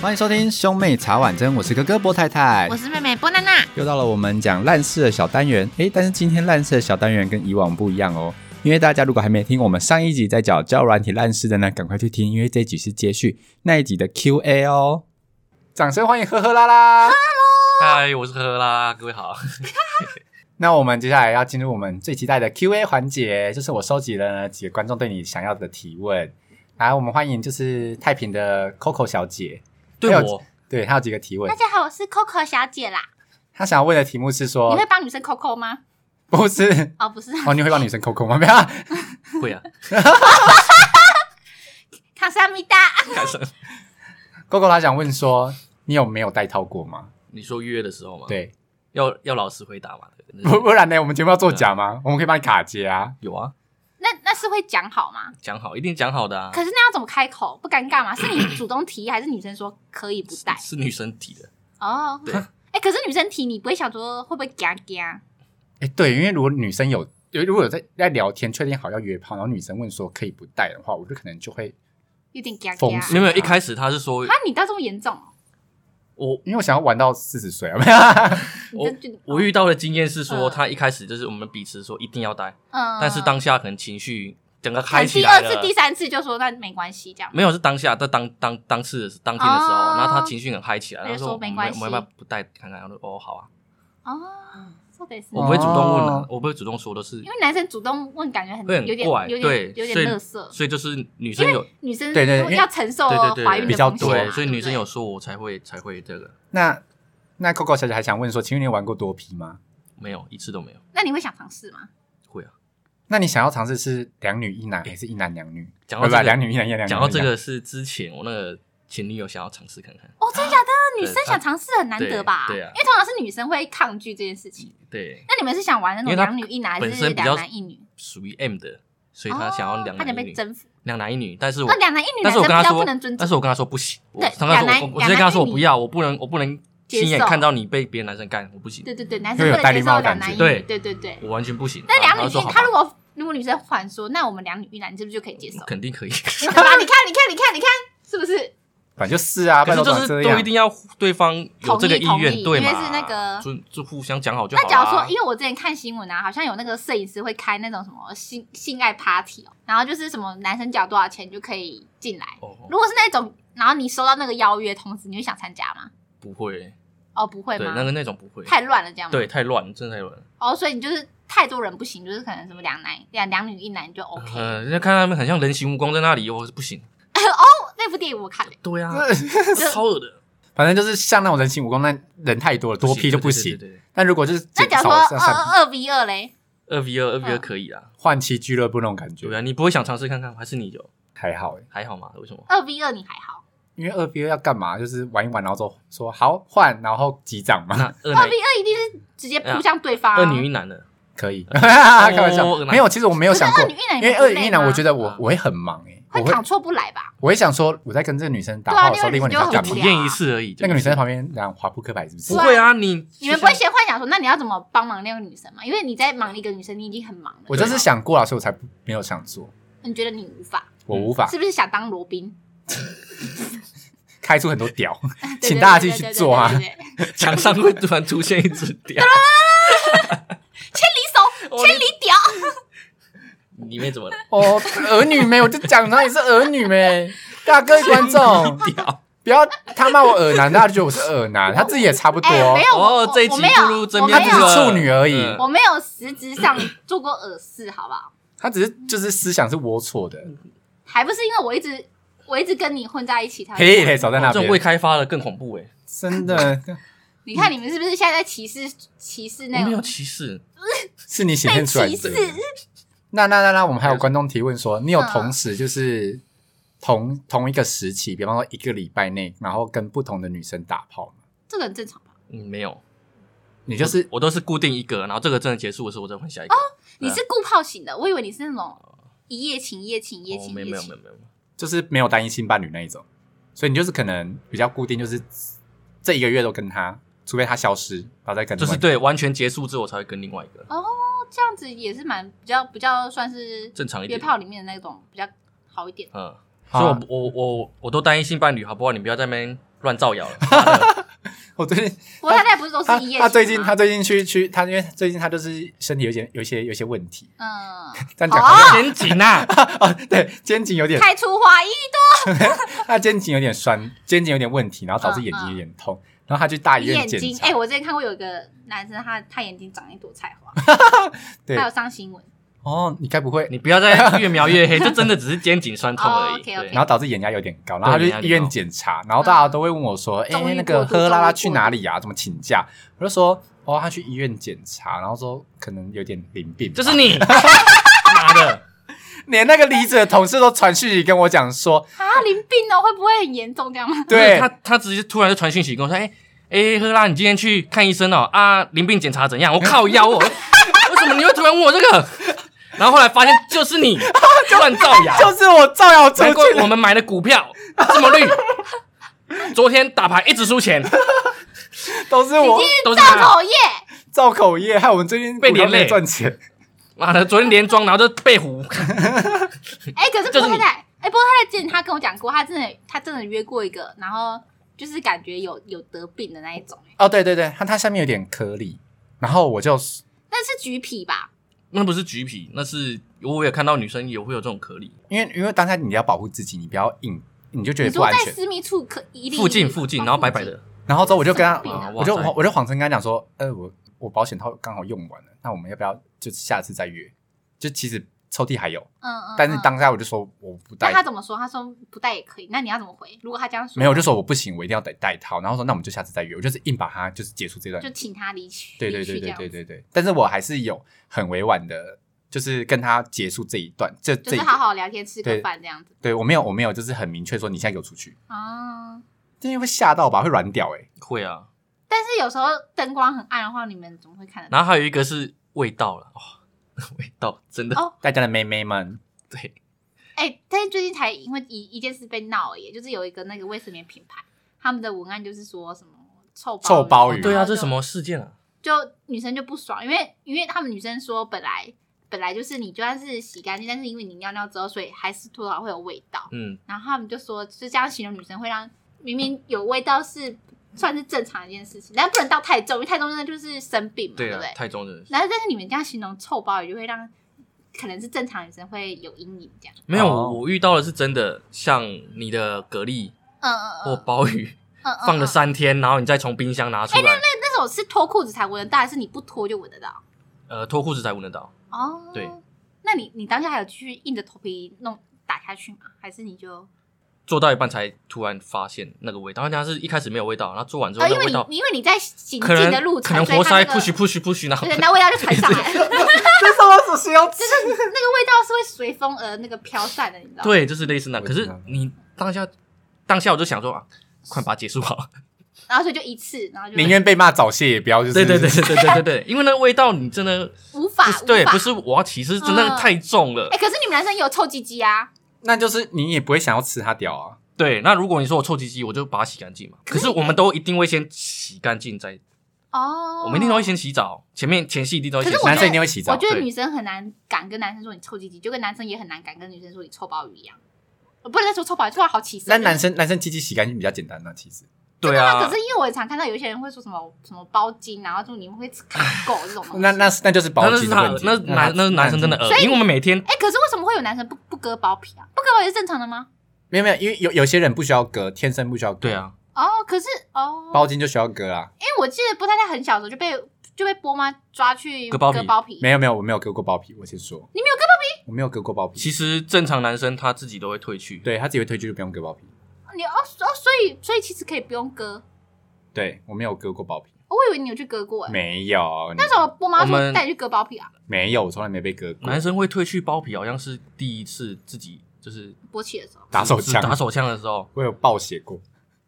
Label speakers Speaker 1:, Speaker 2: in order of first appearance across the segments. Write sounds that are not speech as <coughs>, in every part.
Speaker 1: 欢迎收听兄妹茶碗蒸，我是哥哥波太太
Speaker 2: 我。是妹妹波娜娜。
Speaker 1: 又到了我们讲烂事的小单元，诶，但是今天烂事的小单元跟以往不一样哦，因为大家如果还没听我们上一集在讲教软体烂事的呢，赶快去听，因为这集是接续那一集的 Q&A 哦。掌声欢迎呵呵啦
Speaker 2: <laughs>
Speaker 1: 啦！
Speaker 3: <laughs> 嗨，我是呵呵啦，各
Speaker 1: <laughs>
Speaker 3: 位好。
Speaker 1: 哎那我们接下来要进入我们最期待的 Q&A 环节，就是我收集了呢几个观众对你想要的提问。来，我们欢迎就是太平的 Coco 小姐，
Speaker 3: 对
Speaker 1: 还有
Speaker 3: 我，
Speaker 1: 对她有几个提问
Speaker 2: 大，家好，我是 Coco 小姐啦。
Speaker 1: 她想要问的题目是
Speaker 2: 你
Speaker 1: 说
Speaker 2: 会，帮女生 Coco 吗？
Speaker 1: 不是
Speaker 2: 哦，不是，
Speaker 1: <laughs> 哦，你会帮女生 Coco 吗？不要，
Speaker 3: 会啊，
Speaker 2: 卡萨米达。
Speaker 3: 干什么？
Speaker 1: Coco 他想问说，你有没有戴套过吗？
Speaker 3: 你说约的时候吗？，
Speaker 1: 对，
Speaker 3: 要要老实回答嘛。对
Speaker 1: 不不然呢？我们节目要做假
Speaker 3: 嗯
Speaker 1: 吗？我们可以帮你卡接啊。
Speaker 3: 有啊，
Speaker 2: 那那是会讲好吗？
Speaker 3: 讲好，一定讲好的啊。
Speaker 2: 可是那要怎么开口？不尴尬吗？是你主动提，还是女生说可以不戴？
Speaker 3: 是女生提的，
Speaker 2: <coughs> 哦，
Speaker 3: 对
Speaker 2: 哎，可是女生提，你不会想说会不会嘎嘎？
Speaker 1: 哎、对，因为如果女生有，有如果有在在聊天，确定好要约炮，然后女生问说可以不戴的话，我就可能就会，
Speaker 2: 有点嘎嘎
Speaker 1: 疯。子
Speaker 3: 没有没有，一开始他是说
Speaker 2: 啊，你到这么严重哦？
Speaker 3: 我
Speaker 1: 因为我想要玩到四十岁啊。 <laughs> 没有啊
Speaker 3: 我
Speaker 2: 你这就
Speaker 3: 我遇到的经验是说，
Speaker 2: 嗯
Speaker 3: 他一开始就是我们彼此说一定要带，
Speaker 2: 嗯
Speaker 3: 但是当下可能情绪整个
Speaker 2: 可
Speaker 3: 开
Speaker 2: 能
Speaker 3: 起
Speaker 2: 第
Speaker 3: 来
Speaker 2: 二次、
Speaker 3: 了
Speaker 2: 第。三次就说那没关系这样。
Speaker 3: 没有是当下，在当当当次的时当天的时候，
Speaker 2: 哦
Speaker 3: 然后他情绪很嗨起来，
Speaker 2: 他就
Speaker 3: 他
Speaker 2: 说
Speaker 3: 说
Speaker 2: 没关系
Speaker 3: 我们要不要不带看看？然后说哦好啊，
Speaker 2: 哦，说得是。
Speaker 3: 我不会主动问的，
Speaker 1: 哦
Speaker 3: 我不会主动说的是
Speaker 2: 因，为男生主动问，感觉很
Speaker 3: 会很
Speaker 2: 有点
Speaker 3: 怪
Speaker 2: 有
Speaker 3: 对
Speaker 2: 点有
Speaker 3: 所以
Speaker 2: 点乐色。
Speaker 3: 所以就是女生有
Speaker 2: 女生
Speaker 1: 对对因为
Speaker 2: 要承受
Speaker 3: 对对对
Speaker 2: 呃怀孕的
Speaker 1: 比较
Speaker 2: 风险
Speaker 1: 多
Speaker 2: 嘛
Speaker 3: 对，所以女生有
Speaker 2: 对
Speaker 3: 说我才会才会这个，
Speaker 1: 那那 Coco 小姐还想问说，请问你玩过多批吗？
Speaker 3: 没有一次都没有
Speaker 2: 不对那你会想尝试吗？
Speaker 3: 会啊。
Speaker 1: 那你想要尝试是两女一男还是一男两女？
Speaker 3: 讲到这
Speaker 1: 不
Speaker 3: 个
Speaker 1: 不两女一男，一男两女。
Speaker 3: 讲到这个是之前我那个前女友想要尝试看看，
Speaker 2: 哦，真的假的？
Speaker 3: 对
Speaker 2: 女生想尝试很难得吧？
Speaker 3: 对对啊
Speaker 2: 因为通常是女生会抗拒这件事情。
Speaker 3: 对，
Speaker 2: 那你们是想玩那种
Speaker 3: 因为她
Speaker 2: 两女一男，还
Speaker 3: 本
Speaker 2: 是
Speaker 3: 身比
Speaker 2: 两
Speaker 3: 较
Speaker 2: 男一女？
Speaker 3: 属于 M 的，所以她想要两
Speaker 2: 他想
Speaker 3: 男一
Speaker 2: 被
Speaker 3: 女，
Speaker 2: 征服。
Speaker 3: 两男一女，但是我
Speaker 2: 那两男一女，男
Speaker 3: 但
Speaker 2: 生
Speaker 3: 是我
Speaker 2: 比
Speaker 3: 跟她
Speaker 2: 较不
Speaker 3: 说
Speaker 2: 能尊，重。
Speaker 3: 但是我跟她说不行，我
Speaker 2: 对
Speaker 3: 她
Speaker 2: 两
Speaker 3: 说
Speaker 2: 男
Speaker 3: 我我直接跟她说我
Speaker 2: 两男一女
Speaker 3: 不要，我不能我不能
Speaker 2: 接受
Speaker 3: 亲眼看到你被别的男生干，我不行，
Speaker 2: 对对对，男
Speaker 1: 因
Speaker 2: 生
Speaker 1: 为有
Speaker 2: 不能
Speaker 1: 戴绿
Speaker 2: 接
Speaker 1: 帽
Speaker 2: 受
Speaker 1: 的感
Speaker 2: 两男一
Speaker 3: 觉
Speaker 2: 女。对
Speaker 3: 对
Speaker 2: 对对。
Speaker 3: 我完全不
Speaker 2: <laughs>
Speaker 3: 行。
Speaker 2: 那
Speaker 3: 然后
Speaker 2: 两女
Speaker 3: 说
Speaker 2: 一，
Speaker 3: 好吧
Speaker 2: 他如果如果女生反说，那我们两女一男，你是不是就可以接
Speaker 3: <laughs>
Speaker 2: 受？
Speaker 3: 肯
Speaker 1: <laughs>
Speaker 3: 定可以，
Speaker 2: 对吧？你看，你看，你看，你看，是不是？
Speaker 1: 反正就是啊，
Speaker 3: 可是
Speaker 1: 拜托
Speaker 3: 就
Speaker 1: 长
Speaker 3: 是
Speaker 1: 这
Speaker 3: 都一
Speaker 1: 样。
Speaker 3: 定要对方有这个意
Speaker 2: 同意同
Speaker 3: 愿，
Speaker 2: 意
Speaker 3: 对嘛？
Speaker 2: 因为是那个
Speaker 3: 就就互相讲好就好啊
Speaker 2: 那
Speaker 3: 啦。
Speaker 2: 假如说，因为我之前看新闻啊，好像有那个摄影师会开那种什么性性爱 party 哦，然后就是什么男生缴多少钱就可以进来。
Speaker 3: 哦
Speaker 2: 如果是那种，然后你收到那个邀约通知，你会想参加吗？
Speaker 3: 不会，
Speaker 2: 哦，不会
Speaker 3: 对
Speaker 2: 吗？
Speaker 3: 那个那种不会，
Speaker 2: 太乱了，这样吗？
Speaker 3: 对。太乱，真的太乱。
Speaker 2: 哦，所以你就是太多人不行，就是可能什么两男两两女一男就 OK。
Speaker 3: 呃，人家看他们很像人形蜈蚣在那里，我是不行。
Speaker 2: 那部电影我看了，
Speaker 3: 对啊，
Speaker 1: <laughs>
Speaker 2: 就
Speaker 3: 超恶的，
Speaker 1: 反正就是像那种人形蜈蚣，那人太多了，多批就不
Speaker 3: 对
Speaker 1: 行。
Speaker 3: 对对对对
Speaker 1: 但如果嗯就是
Speaker 2: 那
Speaker 1: 减
Speaker 2: 假如
Speaker 1: 少上
Speaker 2: 说二
Speaker 1: 上
Speaker 2: 二二 v 二嘞，
Speaker 3: 二 v 二，二 v 二
Speaker 2: 嗯
Speaker 3: 可以啊。
Speaker 1: 换妻俱乐部那种感
Speaker 3: 对
Speaker 1: 觉，
Speaker 3: 啊，你不会想尝试看看吗，还是你有
Speaker 1: 还好哎。
Speaker 3: 还好吗？为什么？
Speaker 2: 二 v 二你还好，
Speaker 1: 因为二 B 二要干嘛？就是玩一玩，然后说说好换，然后击掌嘛，
Speaker 3: 那二
Speaker 2: 二
Speaker 3: 男
Speaker 2: v 二一定是直接扑向对方啊。
Speaker 3: 二女一男的，
Speaker 1: 可以。开玩笑，没有，其实我没有
Speaker 2: 可是
Speaker 1: 想
Speaker 2: 二
Speaker 1: 过
Speaker 2: 女，一男，
Speaker 1: 因为二一男，我觉
Speaker 2: 得
Speaker 1: 得我我会很忙哎，我
Speaker 2: 会
Speaker 1: 会
Speaker 2: 躺错不来吧？
Speaker 1: 我会想说，我在跟这个女生打炮的时候，
Speaker 2: 对
Speaker 1: 另
Speaker 2: 啊
Speaker 1: 外女生
Speaker 2: 那个
Speaker 1: 干嘛
Speaker 2: 女生就很
Speaker 3: 体
Speaker 2: 无？聊
Speaker 3: 验一次而已。
Speaker 1: 那个女生在旁边然后划扑克牌是不是
Speaker 3: 不？会啊，你
Speaker 2: 你们不会先幻想说，那你要怎么帮忙那个女生吗？因为你在忙一个女生，你已经很忙了。
Speaker 1: 我
Speaker 3: 啊
Speaker 1: 就是想过了，啊所以我才不没有想做，
Speaker 2: 你觉得你无法，
Speaker 1: 我无法
Speaker 2: 是不是想当罗宾？
Speaker 1: <laughs> 开出很多屌，
Speaker 2: 对
Speaker 1: 请大家继续做啊！
Speaker 2: 对对对对对对对
Speaker 3: 墙上会突然出现
Speaker 2: <laughs>
Speaker 3: 一只屌，
Speaker 2: 离手，千里屌，
Speaker 3: 里面
Speaker 1: <laughs>
Speaker 3: 怎么了？
Speaker 1: <laughs> 哦，儿女没有，就讲他也是儿女没。大家各位观众，
Speaker 3: 屌
Speaker 1: 不要他骂我耳男，大家就觉得我是耳男，他自己也差不多。
Speaker 2: 哎，没有，我
Speaker 3: 哦
Speaker 2: 我，
Speaker 3: 这一
Speaker 2: 我
Speaker 3: 集
Speaker 2: 没
Speaker 3: 步入
Speaker 2: 有，
Speaker 3: 正
Speaker 2: 我
Speaker 3: 面
Speaker 2: 没
Speaker 1: 她只
Speaker 2: 有，
Speaker 1: 是处女而已
Speaker 3: 嗯
Speaker 2: 我没有实质上做过耳饰，好不好？
Speaker 1: 他只是就是思想是龌龊的，
Speaker 2: 还不是因为我一直我一直跟你混在一起，他
Speaker 1: 嘿嘿，少在那
Speaker 3: 哦这种未
Speaker 1: 边，
Speaker 3: 开发的更恐怖哎，
Speaker 1: 真的
Speaker 2: 你看你们是不是现在在歧视歧视
Speaker 3: 我
Speaker 2: 那
Speaker 3: 没有
Speaker 2: 种
Speaker 3: 歧视，
Speaker 1: 是你显
Speaker 2: 被
Speaker 1: 现出来
Speaker 2: 歧
Speaker 1: 的
Speaker 2: 视？。嗯
Speaker 1: 那那那那，我们还有观众提问说，你有同时就是同同一个时期，比方说一个礼拜内，然后跟不同的女生打炮吗？
Speaker 2: 这个很正常吧？
Speaker 3: 嗯，没有，
Speaker 1: 你就是
Speaker 3: 我都是固定一个，然后这个真的结束的时候，我再换下一个。啊
Speaker 2: 你是顾泡型的，我以为你是那种一夜情、一夜情、一夜
Speaker 3: 哦
Speaker 2: 情、
Speaker 3: 没有
Speaker 2: 一
Speaker 3: 没
Speaker 2: 夜
Speaker 3: 有没
Speaker 2: 情。
Speaker 3: 有没有，
Speaker 1: 就是没有单一性伴侣那一种，所以你就是可能比较固定，就是这一个月都跟他，除非他消失，然后再跟
Speaker 3: 就
Speaker 1: 另外
Speaker 3: 是
Speaker 1: 一个。
Speaker 3: 对完全结束之后，我才会跟另外一个
Speaker 2: 哦，这样子也是蛮比较比较算是
Speaker 3: 正常一
Speaker 2: 约
Speaker 3: 点。
Speaker 2: 炮里面的那种比较好一点。
Speaker 3: 嗯，
Speaker 1: 好
Speaker 3: 所以我我我我都单一性伴侣，好不好？你不要在那边乱造谣了。
Speaker 1: 我最近
Speaker 2: 不过他现在不是都
Speaker 1: 他
Speaker 2: 是一夜情吗
Speaker 1: 他最近他最近去去他因为最近他就是身体有一些有一些有一些问题，
Speaker 2: 嗯，
Speaker 1: 这样讲 <laughs>
Speaker 2: 哦
Speaker 3: 先紧啊，
Speaker 1: 啊，对，肩颈有点
Speaker 2: 开出花艺，
Speaker 1: 他肩颈有点酸，肩颈有点问题，然后导致眼睛有点痛，然后他去大医院
Speaker 2: 眼
Speaker 1: 检
Speaker 2: 睛，
Speaker 1: 查
Speaker 2: 哎、，我之前看过有一个男生，他他眼睛长一朵菜花，
Speaker 1: 对
Speaker 2: 他有上新闻，
Speaker 1: 哦，你该不会？
Speaker 3: 你不要再越描越黑，这真的只是肩颈酸痛
Speaker 2: 哦
Speaker 3: 而已。
Speaker 2: ，OK，OK
Speaker 1: 然
Speaker 3: 对
Speaker 1: 后导致眼压有点高，然后他去
Speaker 3: 对眼压有
Speaker 1: 医
Speaker 3: 点
Speaker 1: 院
Speaker 3: 高
Speaker 1: 检查，然后大家都会问我说：“哎、
Speaker 2: 嗯终于
Speaker 1: 那个
Speaker 2: 过渡
Speaker 1: 喝啦啦
Speaker 2: 终于
Speaker 1: 去
Speaker 2: 过渡
Speaker 1: 哪里呀、怎么请假？”我就说：“哦，他去医院检查，然后说可能有点淋病。”
Speaker 3: 就是你，妈的，
Speaker 1: <laughs> 连那个离职的同事都传讯息跟我讲说
Speaker 2: 啊，淋病哦，会不会很严重这样吗？：“
Speaker 1: 对
Speaker 3: 他，他直接突然就传讯息跟我说，哎、哎，赫拉，你今天去看医生哦啊，淋病检查怎样？我靠腰哦，为什么你会突然问我这个？然后后来发现就是你乱造谣，
Speaker 1: 就是我造谣出
Speaker 3: 难怪
Speaker 1: 去
Speaker 3: 我
Speaker 1: 的。
Speaker 3: 们买的
Speaker 2: <laughs>
Speaker 3: 股票这么绿，昨天打牌一直
Speaker 2: <laughs>
Speaker 3: 输钱，
Speaker 1: 都是
Speaker 2: 你
Speaker 1: 我
Speaker 2: 今天
Speaker 3: 都是
Speaker 2: 造
Speaker 3: 他。
Speaker 2: 口业，
Speaker 1: 造口业，害我们最近
Speaker 3: 被
Speaker 1: 股票
Speaker 3: 连累
Speaker 1: 没赚钱。
Speaker 3: 妈的，昨天连庄，然后就被糊，
Speaker 2: 哎、可是波
Speaker 3: 就是
Speaker 2: 太
Speaker 3: 你
Speaker 2: 太，哎、波太太之前她跟我讲过，她真的她真的约过一个，然后就是感觉有有得病的那一种、哎，
Speaker 1: 哦，对对对，它它下面有点颗粒，然后我就
Speaker 2: 那是橘皮吧？
Speaker 3: 那不是橘皮，那是我也看到女生有会有这种颗粒，
Speaker 1: 因为因为当下你要保护自己，你不要硬，你就觉
Speaker 2: 你
Speaker 1: 得不
Speaker 2: 说
Speaker 1: 安
Speaker 2: 在
Speaker 1: 全。
Speaker 2: 私密处可一定
Speaker 3: 附近附
Speaker 2: 啊
Speaker 3: 近，然后白白，的，
Speaker 1: 然后之后我就跟他
Speaker 2: 生病
Speaker 3: 啊，
Speaker 1: 我就
Speaker 3: 哇塞
Speaker 1: 我就谎称跟他讲说，呃，我我保险套刚好用完了，那我们要不要就下次再约？就其实抽屉还有，
Speaker 2: 嗯嗯，
Speaker 1: 但是
Speaker 2: 嗯
Speaker 1: 当下我就说我不带
Speaker 2: 那，他怎么说？他说不戴也可以，那你要怎么回？如果他这样说，
Speaker 1: 没有，我就说我不行，我一定要得带套。然后说那我们就下次再约，我就是硬把它就是结束这段
Speaker 2: 就。请他离去，
Speaker 1: 对对对
Speaker 2: 离去这
Speaker 1: 对
Speaker 2: 样
Speaker 1: 对对对，但是我还是有很委婉的，就是跟他结束这一段，这
Speaker 2: 就
Speaker 1: 这一
Speaker 2: 是好好聊天吃
Speaker 1: 对
Speaker 2: 个饭这样子
Speaker 1: 对我没有我没有就是很明确说你现在给我出去，
Speaker 2: 啊。
Speaker 1: 因为会吓到吧，会软掉哎、欸
Speaker 3: 会啊。
Speaker 2: 但是有时候灯光很暗的话，你们怎么会看得到？
Speaker 3: 然后还有一个是味道了，哦， <laughs> 味道真的、
Speaker 2: 哦
Speaker 1: 大家的妹妹们，
Speaker 3: 对，
Speaker 2: 哎、但是最近才因为一一件事被闹而已，就是有一个那个卫生棉品牌，他们的文案就是说什么臭
Speaker 1: 臭鲍鱼
Speaker 2: 然后
Speaker 3: 对啊，
Speaker 2: 就
Speaker 3: 这是什？么事件啊？
Speaker 2: 就女生就不爽，因为因为他们女生说本来本来就是你就算是洗干净，但是因为你尿尿之后，所以还是多少会有味道。
Speaker 3: 嗯，
Speaker 2: 然后他们就说，就这样形容女生会让明明有味道是算是正常的一件事情，但不能到太重，因为太重真的就是生病嘛，对
Speaker 3: 对啊
Speaker 2: 不，对？
Speaker 3: 太中人了。
Speaker 2: 然后但是你们这样形容臭包，也就会让可能是正常女生会有阴影这样。
Speaker 3: 没有，
Speaker 1: 哦
Speaker 3: 我遇到的是真的，像你的蛤蜊
Speaker 2: 嗯
Speaker 3: 或
Speaker 2: 嗯嗯
Speaker 3: 鲍鱼
Speaker 2: 嗯嗯，
Speaker 3: 放了
Speaker 2: 嗯
Speaker 3: 三天，然后你再从冰箱拿出来，
Speaker 2: 那种是脱裤子才闻得到，还是你不脱就闻得到？
Speaker 3: 呃，脱裤子才闻得到。
Speaker 2: 哦，
Speaker 3: 对。
Speaker 2: 那你你当下还有继续硬着头皮弄打下去吗？还是你就
Speaker 3: 做到一半才突然发现那个味道，而且它是一开始没有味道，然后做完之后
Speaker 2: 呃，
Speaker 3: 那
Speaker 2: 因
Speaker 3: 个
Speaker 2: 为
Speaker 3: 味道
Speaker 2: 你因为你在行
Speaker 3: 可
Speaker 2: 进的路
Speaker 3: 能可
Speaker 2: 程，
Speaker 3: 能
Speaker 2: 所以
Speaker 3: 活
Speaker 2: 它那
Speaker 3: 塞
Speaker 2: 个
Speaker 3: push push push，然后
Speaker 2: 对，那味道就传上来了，
Speaker 1: 这是我所需要吃。
Speaker 2: 那个味道是会随风而那个飘散的，你知道吗？
Speaker 3: <laughs> 对，就是类似那。
Speaker 1: 我
Speaker 3: 可
Speaker 1: 知道
Speaker 3: 是你当下当下我就想说啊，快把它结束好。
Speaker 2: 然后所以就一次，然后就
Speaker 1: 宁愿被骂早泄也不要，就是
Speaker 3: <laughs> 对对对对对对对对，因为那个味道你真的
Speaker 2: 无
Speaker 3: 不
Speaker 2: 法
Speaker 3: 是对，
Speaker 2: 无法
Speaker 3: 不是我要起是真的
Speaker 2: 嗯
Speaker 3: 太重了
Speaker 2: 哎、。可是你们男生也有臭鸡鸡啊？
Speaker 1: 那就是你也不会想要吃它屌啊。
Speaker 3: 对，那如果你说我臭鸡鸡，我就把它洗干净嘛。可是我们都一定会先洗干净再，
Speaker 2: 哦，
Speaker 3: 我们一定都会。先洗澡，前面前戏一定都会
Speaker 2: 可
Speaker 3: 先
Speaker 2: 是我觉
Speaker 3: 洗
Speaker 2: 得
Speaker 3: 澡。
Speaker 1: 男生一定会洗
Speaker 2: 我
Speaker 1: 澡，
Speaker 2: 觉得
Speaker 3: 对
Speaker 2: 女生很难敢跟男生说你臭鸡鸡，就跟男生也很难敢跟女生说你臭鲍鱼一样。我不能再说臭鲍鱼，突然好歧视。
Speaker 1: 但男生男生鸡鸡洗干净比较简单呢、其实
Speaker 3: 对
Speaker 2: 对啊，
Speaker 3: 啊
Speaker 2: 可，是因为我也常看到有一些人会说什么什么包茎，然后就你们会卡狗这种东西。
Speaker 1: 那那是那就是保
Speaker 3: 那
Speaker 1: 洁
Speaker 3: 是
Speaker 1: 的
Speaker 3: 他
Speaker 1: 问题，
Speaker 3: 啊那男那是男生真的恶
Speaker 2: 所以，
Speaker 3: 因为我们每天
Speaker 2: 哎、可是为什么会有男生不不割包皮啊？不割包皮是正常的吗？
Speaker 1: 没有没有，因为有有些人不需要割，天生不需要割，
Speaker 3: 对，啊，
Speaker 2: 哦，可是哦，
Speaker 1: 包茎就需要割啊啦。
Speaker 2: 因为我记得波太太很小的时候就被就被波妈抓去
Speaker 3: 割包皮
Speaker 1: 没有没有，我没有割过包皮，我先说，
Speaker 2: 你没
Speaker 1: 有割包皮，我没有割过包皮，
Speaker 3: 其实正常男生他自己都会退去。
Speaker 1: 对他自己会推拒就不用割包皮，
Speaker 2: 你哦哦，所以所以其实可以不用割。哦
Speaker 1: 对我没有割过包皮，
Speaker 2: 我以为你有去割过、哎，
Speaker 1: 没有，
Speaker 2: 那时候波妈
Speaker 3: 我
Speaker 2: 说
Speaker 3: 们
Speaker 2: 带你去割包皮啊，
Speaker 1: 没有，我从来没被割过
Speaker 3: 男，生会退去包皮，好像是第一次自己就是
Speaker 2: 勃起的时候。
Speaker 1: 打手
Speaker 3: 是
Speaker 1: 枪，
Speaker 3: 打手枪的时候，
Speaker 1: 我有暴血过，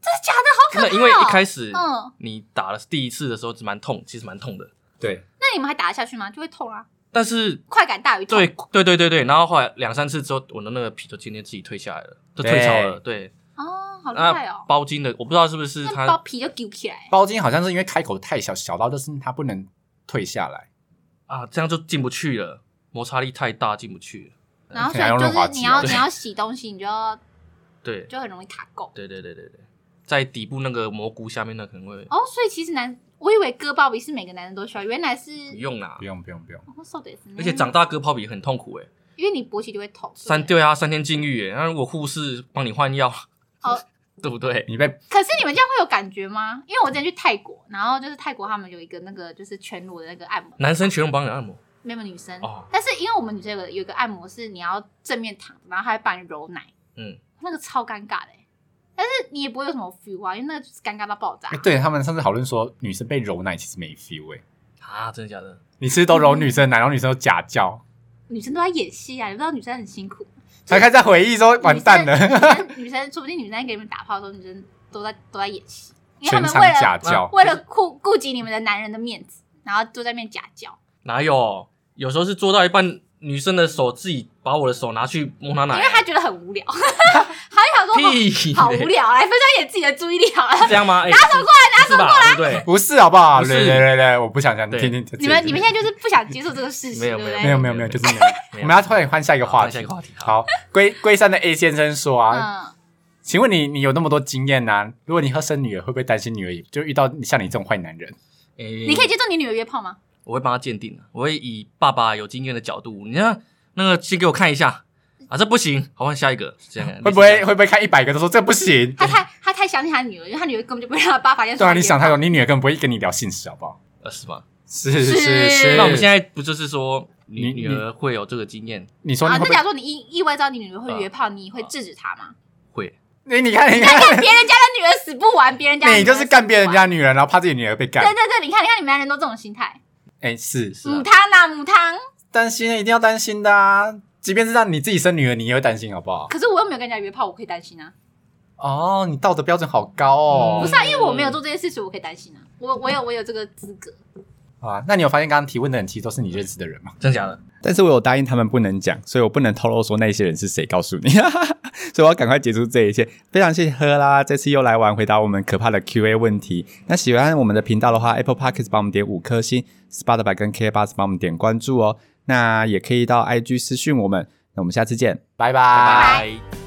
Speaker 2: 真的假的？
Speaker 3: 真的因为一开始
Speaker 2: 嗯，
Speaker 3: 你打了第一次的时候是蛮痛，其实蛮痛的，
Speaker 1: 对，
Speaker 2: 那你们还打得下去吗？就会痛啊，
Speaker 3: 但是
Speaker 2: 快感大于痛。
Speaker 3: 对对对对对，然后后来两三次之后，我的那个皮就渐渐自己退下来了，就退潮了。对，
Speaker 2: 哦，好厉害
Speaker 3: 那
Speaker 2: 哦！
Speaker 3: 包茎的我不知道是不啊是
Speaker 2: 那包
Speaker 3: 它
Speaker 2: 皮就揪起来，
Speaker 1: 包茎好像是因为开口太小，小到就是它不能退下来，
Speaker 3: 啊，这样就进不去了，摩擦力太大进不去了。
Speaker 2: 然后所
Speaker 1: 还要
Speaker 2: 以就
Speaker 1: 润滑
Speaker 2: 是
Speaker 1: 剂
Speaker 2: 你要
Speaker 1: 哦
Speaker 2: 你要洗东西，你就要
Speaker 3: 对
Speaker 2: 就很容易卡垢。
Speaker 3: 对对对对对，在底部那个蘑菇下面那可能会
Speaker 2: 哦，所以其实男，我以为割包皮是每个男人都需要，原来是
Speaker 3: 不用啦
Speaker 1: 不。用不用不用，
Speaker 2: 哦，瘦的也是。
Speaker 3: 而且长，大割泡皮很痛苦哎、
Speaker 2: 因为你勃起就会痛。
Speaker 3: 三
Speaker 2: 对不对
Speaker 3: 对啊，三天禁欲哎、那如果护士帮你换药，
Speaker 2: 哦
Speaker 3: <laughs> 对不对？
Speaker 1: 你被
Speaker 2: 可是你们这样会有感觉吗？因为我之前去泰国，然后就是泰国他们有一个那个就是全裸的那个按摩，
Speaker 3: 男生全用帮你按摩，
Speaker 2: 没有女生。
Speaker 3: 哦
Speaker 2: 但是因为我们女生有个有一个按摩是你要正面躺着，然后他会帮你揉奶，
Speaker 3: 嗯，
Speaker 2: 那个超尴尬的欸、但是你也不会有什么 feel 啊，因为那个就是尴尬到爆炸
Speaker 1: 哎。对他们上次讨论说女生被揉奶其实没 feel 哎、
Speaker 3: 啊，真的假的？
Speaker 1: 你是不是都揉女生奶，然后女生都假叫，
Speaker 2: 女生都在演戏啊，你不知道女生很辛苦。
Speaker 1: 才开始在回忆说完蛋了，
Speaker 2: 女生，女生女生说不定女生在给你们打炮的时候，女生都在都在演戏，
Speaker 1: <laughs>
Speaker 2: 因为他
Speaker 1: 全
Speaker 2: 们
Speaker 1: 场
Speaker 2: 为了
Speaker 1: 假叫，
Speaker 2: 为了顾顾及你们的男人的面子，然后都在那边假叫。
Speaker 3: 哪有？有时候是做到一半，女生的手自己把我的手拿去摸她
Speaker 2: 因
Speaker 3: 奶
Speaker 2: 为，他觉得很无聊， <laughs> 他就想说
Speaker 3: 屁嘞，
Speaker 2: 好无聊，啊来分散一点自己的注意力好
Speaker 3: 是
Speaker 2: 了。
Speaker 3: 这
Speaker 2: <laughs>
Speaker 3: 样吗？拿手过来，拿手过来，对不对？
Speaker 1: 不是好不好？
Speaker 3: 不是
Speaker 1: 对对对对，我不想讲，你
Speaker 3: 对
Speaker 1: 听听。
Speaker 2: 你们你们现在就是不想接受这个事实，
Speaker 3: 没有
Speaker 2: 对不
Speaker 3: 没有
Speaker 2: 对？
Speaker 1: 没有没有没有，就是
Speaker 3: <laughs>
Speaker 1: 没有。我们要快点换下一个
Speaker 3: 好
Speaker 1: 话
Speaker 3: 换下一
Speaker 1: 题
Speaker 3: 个。话题，好，
Speaker 1: 好，龟龟山的 A 先生说啊，
Speaker 2: 嗯，
Speaker 1: 请问你你有那么多经验呐？如果你要生女儿，会不会担心女儿就遇到像你这种坏男人？
Speaker 3: 你
Speaker 2: 哎你可以接受你女儿约炮吗？
Speaker 3: 我会帮他鉴定的，我会以爸爸有经验的角度，你看那个先给我看一下啊，这不行，好换下一个，这样
Speaker 1: <laughs>
Speaker 2: 啊
Speaker 1: 会不会？会不会看一百个都说这不行？
Speaker 2: 他太他太相信他女儿，因为他女儿根本就不会让他爸发
Speaker 1: <laughs>
Speaker 2: 现。
Speaker 1: 对啊，你想太多，。你女儿根本不会跟你聊性事，好不好？
Speaker 3: 呃，是吗？
Speaker 1: 是是是。
Speaker 2: 是
Speaker 3: 那我们现在不就是说女
Speaker 1: 你
Speaker 3: 女儿会有这个经验？
Speaker 1: 你说
Speaker 2: 啊
Speaker 1: 你，
Speaker 2: 那
Speaker 1: 会不啊
Speaker 2: 假如
Speaker 1: 会？
Speaker 2: 说你意意外知道你女儿会约炮，你会制止她吗？
Speaker 3: 会，
Speaker 1: 你你看你看，
Speaker 2: 别人家的女儿死不完，别人家的女儿
Speaker 1: 啊 <laughs> 你就是干别人
Speaker 2: 死不完。
Speaker 1: 家女人，然后怕自己女儿被
Speaker 2: 对
Speaker 1: 干。
Speaker 2: 对对，你看你看你们男人都这种心态，
Speaker 1: 哎，是
Speaker 3: 是啊
Speaker 2: 母，汤啊母汤。
Speaker 1: 担心一定要担心的啊！即便是让你自己生女儿，你也会担心，好不好？
Speaker 2: 可是我又没有跟人家约炮，我可以担心啊。
Speaker 1: 哦，你道德标准好高哦
Speaker 2: 不。是啊，因为我没有做这件事情，我可以担心啊。我我有我有这个资格。
Speaker 1: 啊，那你有发现刚刚提问的人其实都是你认识的人吗？
Speaker 3: 真假的？
Speaker 1: 但是我有答应他们不能讲，所以我不能透露说那些人是谁，告诉你。 <laughs> 所以我要赶快结束这一切。非常谢谢喝啦，这次又来玩回答我们可怕的 Q&A 问题。那喜欢我们的频道的话，Apple Podcast 帮我们点五颗星，Spotify 跟 K b o s 帮我们点关注哦。那也可以到 IG 私讯我们。那我们下次见，拜拜
Speaker 3: 拜拜。